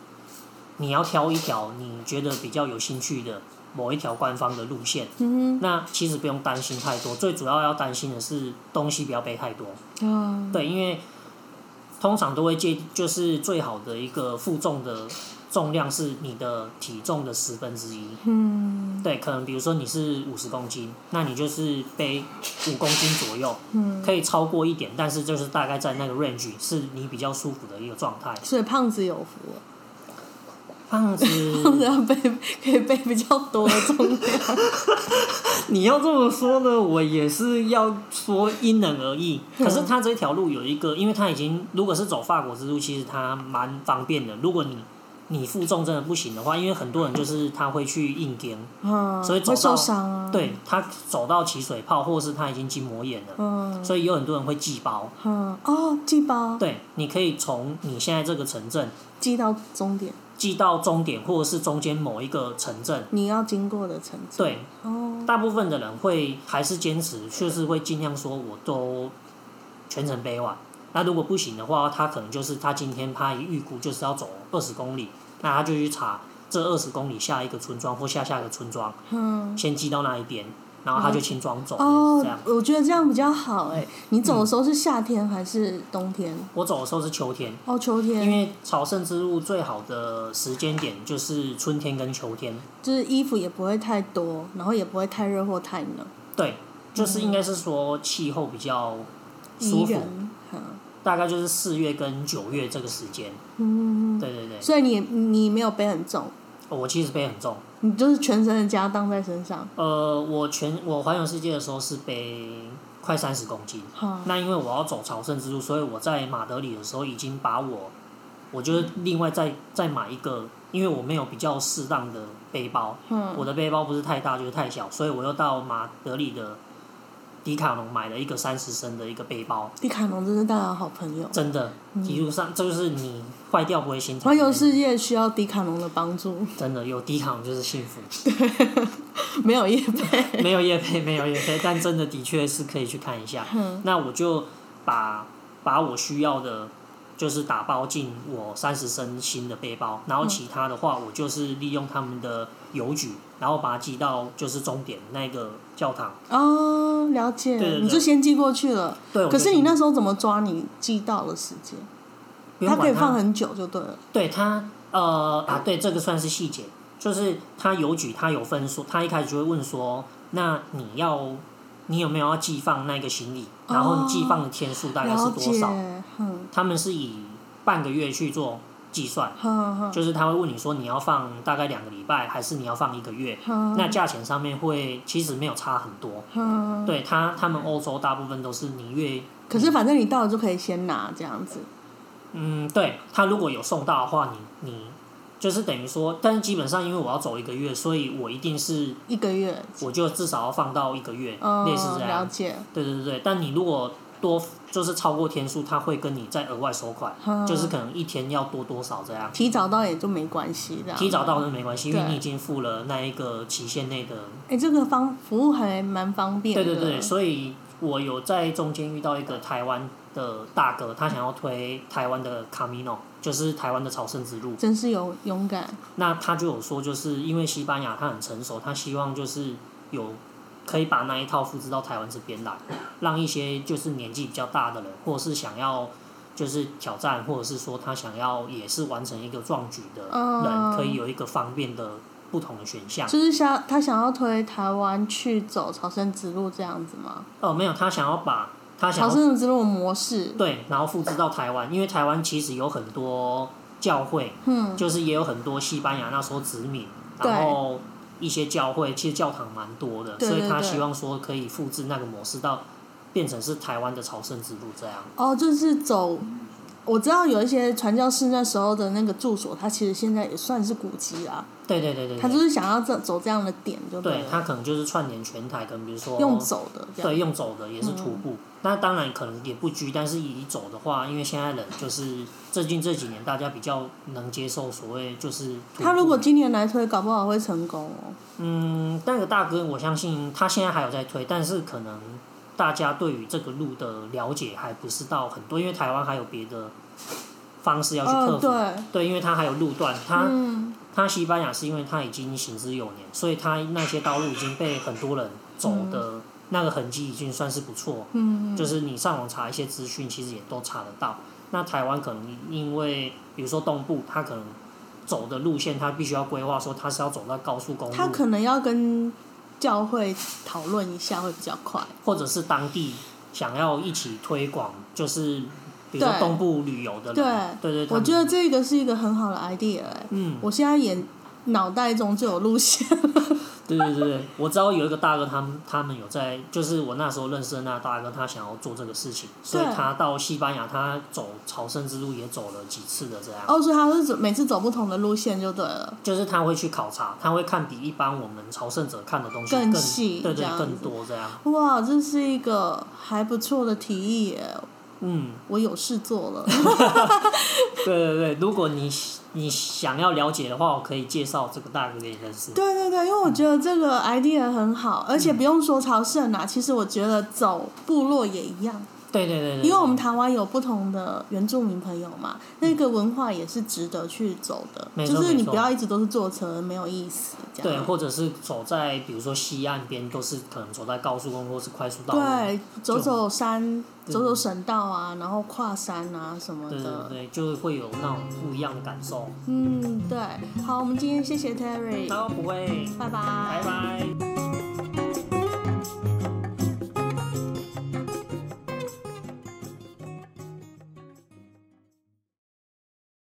[SPEAKER 2] 你要挑一条你觉得比较有兴趣的某一条官方的路线。
[SPEAKER 1] 嗯
[SPEAKER 2] 那其实不用担心太多，最主要要担心的是东西不要背太多。
[SPEAKER 1] 哼，啊，
[SPEAKER 2] 对，因为通常都会建议，就是最好的一个负重的重量是你的体重的十分之一。
[SPEAKER 1] 嗯
[SPEAKER 2] 对，可能比如说你是五十公斤，那你就是背五公斤左右，
[SPEAKER 1] 嗯，
[SPEAKER 2] 可以超过一点，但是就是大概在那个 range 是你比较舒服的一个状态。
[SPEAKER 1] 所以胖子有福了。
[SPEAKER 2] 胖
[SPEAKER 1] 胖子
[SPEAKER 2] 子，
[SPEAKER 1] 要背可以背比较多的重 量，
[SPEAKER 2] 你要这么说呢，我也是要说因人而异。可是它这条路有一个，因为它已经如果是走法国之路，其实它蛮方便的。如果你你负重真的不行的话，因为很多人就是他会去硬颠，
[SPEAKER 1] 嗯，
[SPEAKER 2] 所以走
[SPEAKER 1] 会
[SPEAKER 2] 到
[SPEAKER 1] 受伤啊。，
[SPEAKER 2] 对他走到起水泡，或是他已经筋膜炎了，
[SPEAKER 1] 嗯
[SPEAKER 2] 所以有很多人会寄包。
[SPEAKER 1] 嗯，哦，寄包
[SPEAKER 2] 对，你可以从你现在这个城镇
[SPEAKER 1] 寄到终点，
[SPEAKER 2] 寄到终点，或者是中间某一个城镇。
[SPEAKER 1] 你要经过的城镇。
[SPEAKER 2] 对，
[SPEAKER 1] 哦，
[SPEAKER 2] 大部分的人会还是坚持，就是会尽量说我都全程背完。那如果不行的话，他可能就是他今天他一预估就是要走二十公里，那他就去查这二十公里下一个村庄或下下一个村庄，
[SPEAKER 1] 嗯。
[SPEAKER 2] 先寄到那一边，然后他就轻装走、
[SPEAKER 1] 哦
[SPEAKER 2] 这样。，
[SPEAKER 1] 我觉得这样比较好哎。你走的时候是夏天还是冬天？
[SPEAKER 2] 我走的时候是秋天，
[SPEAKER 1] 哦，秋
[SPEAKER 2] 因
[SPEAKER 1] 天，
[SPEAKER 2] 为朝圣之路最好的时间点就是春天跟秋天。
[SPEAKER 1] 就是衣服也不会太多，然后也不会太热或太冷，
[SPEAKER 2] 对，就是应该是说气候比较舒
[SPEAKER 1] 宜
[SPEAKER 2] 服，
[SPEAKER 1] 人。嗯
[SPEAKER 2] 大概就是四月跟九月这个时间。
[SPEAKER 1] 嗯，
[SPEAKER 2] 对对对，
[SPEAKER 1] 所以你你没有背很重，
[SPEAKER 2] 哦我其实背很重。
[SPEAKER 1] 你就是全身的家当在身上。
[SPEAKER 2] 呃，我全我环游世界的时候是背快三十公斤。
[SPEAKER 1] 哈，
[SPEAKER 2] 那因为我要走朝圣之路，所以我在马德里的时候已经把我，我就是另外再再买一个，因为我没有比较适当的背包，
[SPEAKER 1] 嗯，
[SPEAKER 2] 我的背包不是太大就是太小，所以我又到马德里的迪卡侬买了一个三十升的一个背包，
[SPEAKER 1] 迪卡侬真是大家的好朋友。
[SPEAKER 2] 真的，一路上这就是你坏掉不会心疼。
[SPEAKER 1] 环游世界需要迪卡侬的帮助，
[SPEAKER 2] 真的有迪卡侬就是幸福，
[SPEAKER 1] 没有夜配。
[SPEAKER 2] 没有夜配，没有夜配，但真的的确是可以去看一下。
[SPEAKER 1] 嗯
[SPEAKER 2] 那我就把把我需要的，就是打包进我三十升新的背包，然后其他的话，我就是利用他们的邮局，然后把它寄到就是终点那个教堂。
[SPEAKER 1] 哦，了解，
[SPEAKER 2] 对对对
[SPEAKER 1] 你就先寄过去了。
[SPEAKER 2] 对，我
[SPEAKER 1] 可
[SPEAKER 2] 就是
[SPEAKER 1] 你那时候怎么抓你寄到的时间？
[SPEAKER 2] 不用
[SPEAKER 1] 它可以
[SPEAKER 2] 管它
[SPEAKER 1] 放很久就对了。
[SPEAKER 2] 对他，呃啊，对，这个算是细节，就是他邮局他有分说，他一开始就会问说，那你要你有没有要寄放那个行李，然后你寄放的天数大概是
[SPEAKER 1] 了
[SPEAKER 2] 多
[SPEAKER 1] 解
[SPEAKER 2] 少？，
[SPEAKER 1] 嗯，
[SPEAKER 2] 他们是以半个月去做计算，
[SPEAKER 1] 哈哈，
[SPEAKER 2] 就是他会问你说你要放大概两个礼拜，还是你要放一个月？
[SPEAKER 1] 哈
[SPEAKER 2] 那价钱上面会其实没有差很多，
[SPEAKER 1] 哈，
[SPEAKER 2] 对他他们欧洲大部分都是你越
[SPEAKER 1] 可是反正你到了就可以先拿这样子。
[SPEAKER 2] 嗯，对他如果有送到的话，你你就是等于说，但是基本上因为我要走一个月，所以我一定是
[SPEAKER 1] 一个月，
[SPEAKER 2] 我就至少要放到一个月，
[SPEAKER 1] 嗯，
[SPEAKER 2] 类似这
[SPEAKER 1] 了
[SPEAKER 2] 样。
[SPEAKER 1] 解，
[SPEAKER 2] 对对对对，但你如果多就是超过天数，他会跟你再额外收款，
[SPEAKER 1] 嗯
[SPEAKER 2] 就是可能一天要多多少这样。
[SPEAKER 1] 提早到也就没关系，这样
[SPEAKER 2] 提早到那没关系，因
[SPEAKER 1] 对
[SPEAKER 2] 为你已经付了那一个期限内的。
[SPEAKER 1] 哎，这个方服务还蛮方便的。
[SPEAKER 2] 对对对，所以我有在中间遇到一个台湾的大哥，他想要推台湾的 Camino，就是台湾的朝圣之路。
[SPEAKER 1] 真是有勇敢，
[SPEAKER 2] 那他就有说，就是因为西班牙他很成熟，他希望就是有可以把那一套复制到台湾这边来，让一些就是年纪比较大的人，或者是想要就是挑战，或者是说他想要也是完成一个壮举的
[SPEAKER 1] 嗯
[SPEAKER 2] 人，可以有一个方便的不同的选项。
[SPEAKER 1] 就是想他想要推台湾去走朝圣之路这样子吗？
[SPEAKER 2] 哦，没有，他想要把他想
[SPEAKER 1] 朝
[SPEAKER 2] 要
[SPEAKER 1] 圣之路的模式，
[SPEAKER 2] 对，然后复制到台湾，因为台湾其实有很多教会，
[SPEAKER 1] 嗯，
[SPEAKER 2] 就是也有很多西班牙那时候殖民，
[SPEAKER 1] 对
[SPEAKER 2] 然后一些教会，其实教堂蛮多的，
[SPEAKER 1] 对
[SPEAKER 2] 所以
[SPEAKER 1] 对
[SPEAKER 2] 他
[SPEAKER 1] 对
[SPEAKER 2] 希望说可以复制那个模式到变成是台湾的朝圣之路这样。
[SPEAKER 1] 哦，就是走。我知道有一些传教士那时候的那个住所，它其实现在也算是古迹啦。
[SPEAKER 2] 对对对对
[SPEAKER 1] 他
[SPEAKER 2] 对，
[SPEAKER 1] 就是想要这走这样的点就
[SPEAKER 2] 对
[SPEAKER 1] 了，
[SPEAKER 2] 他可能就是串联全台，可能比如说
[SPEAKER 1] 用走的这样。嗯
[SPEAKER 2] 对，用走的也是徒步。那当然可能也不拘，但是以走的话，因为现在人就是最近这几年大家比较能接受所谓就是徒
[SPEAKER 1] 他如
[SPEAKER 2] 步
[SPEAKER 1] 果今年来推，搞不好会成功哦。
[SPEAKER 2] 嗯，那个大哥我相信他现在还有在推，但是可能大家对于这个路的了解还不是到很多，因为台湾还有别的方式要去克
[SPEAKER 1] 嗯，
[SPEAKER 2] 服。
[SPEAKER 1] 对，
[SPEAKER 2] 对，因为它还有路段，它、
[SPEAKER 1] 嗯，
[SPEAKER 2] 它西班牙是因为它已经行之有年，所以它那些道路已经被很多人走的那个痕迹已经算是不错。
[SPEAKER 1] 嗯，
[SPEAKER 2] 就是你上网查一些资讯，其实也都查得到。那台湾可能因为，比如说东部，它可能走的路线，它必须要规划说它是要走到高速公
[SPEAKER 1] 他
[SPEAKER 2] 路，
[SPEAKER 1] 可能要跟教会讨论一下会比较快。
[SPEAKER 2] 或者是当地想要一起推广，就是比如说
[SPEAKER 1] 对
[SPEAKER 2] 东部旅游的人，对对对，
[SPEAKER 1] 我觉得这个是一个很好的 idea 哎、
[SPEAKER 2] 嗯，
[SPEAKER 1] 我现在也脑袋中就有路线。
[SPEAKER 2] 对对对对，我知道有一个大哥，他们他们有在，就是我那时候认识的那个大哥，他想要做这个事情，所以
[SPEAKER 1] 对
[SPEAKER 2] 他到西班牙，他走朝圣之路也走了几次的这样。
[SPEAKER 1] 哦，所以他是走每次走不同的路线就对了。
[SPEAKER 2] 就是他会去考察，他会看比一般我们朝圣者看的东西
[SPEAKER 1] 更
[SPEAKER 2] 更
[SPEAKER 1] 细
[SPEAKER 2] 对
[SPEAKER 1] 这
[SPEAKER 2] 对
[SPEAKER 1] 样，子
[SPEAKER 2] 更多这样。
[SPEAKER 1] 哇，这是一个还不错的提议耶！
[SPEAKER 2] 嗯，
[SPEAKER 1] 我有事做了。
[SPEAKER 2] 对对对，如果你你想要了解的话，我可以介绍这个大哥给你认识。
[SPEAKER 1] 对对对，因为我觉得这个 idea 很好，而且不用说朝圣啦，其实我觉得走部落也一样，
[SPEAKER 2] 对对对对对，
[SPEAKER 1] 因为我们台湾有不同的原住民朋友嘛，那个文化也是值得去走的，
[SPEAKER 2] 没错
[SPEAKER 1] 就是你
[SPEAKER 2] 没错
[SPEAKER 1] 不要一直都是坐车，没有意思这
[SPEAKER 2] 对，
[SPEAKER 1] 样。
[SPEAKER 2] 或者是走在比如说西岸边，都是可能走在高速公路或是快速道路。
[SPEAKER 1] 对，走走山，
[SPEAKER 2] 对
[SPEAKER 1] 走走省道啊，然后跨山啊什么
[SPEAKER 2] 对对
[SPEAKER 1] 的。
[SPEAKER 2] 对，就会有那种不一样的感受。
[SPEAKER 1] 嗯，对。好，我们今天谢谢 Terry，
[SPEAKER 2] 然后不会，
[SPEAKER 1] 拜拜。
[SPEAKER 2] 拜拜。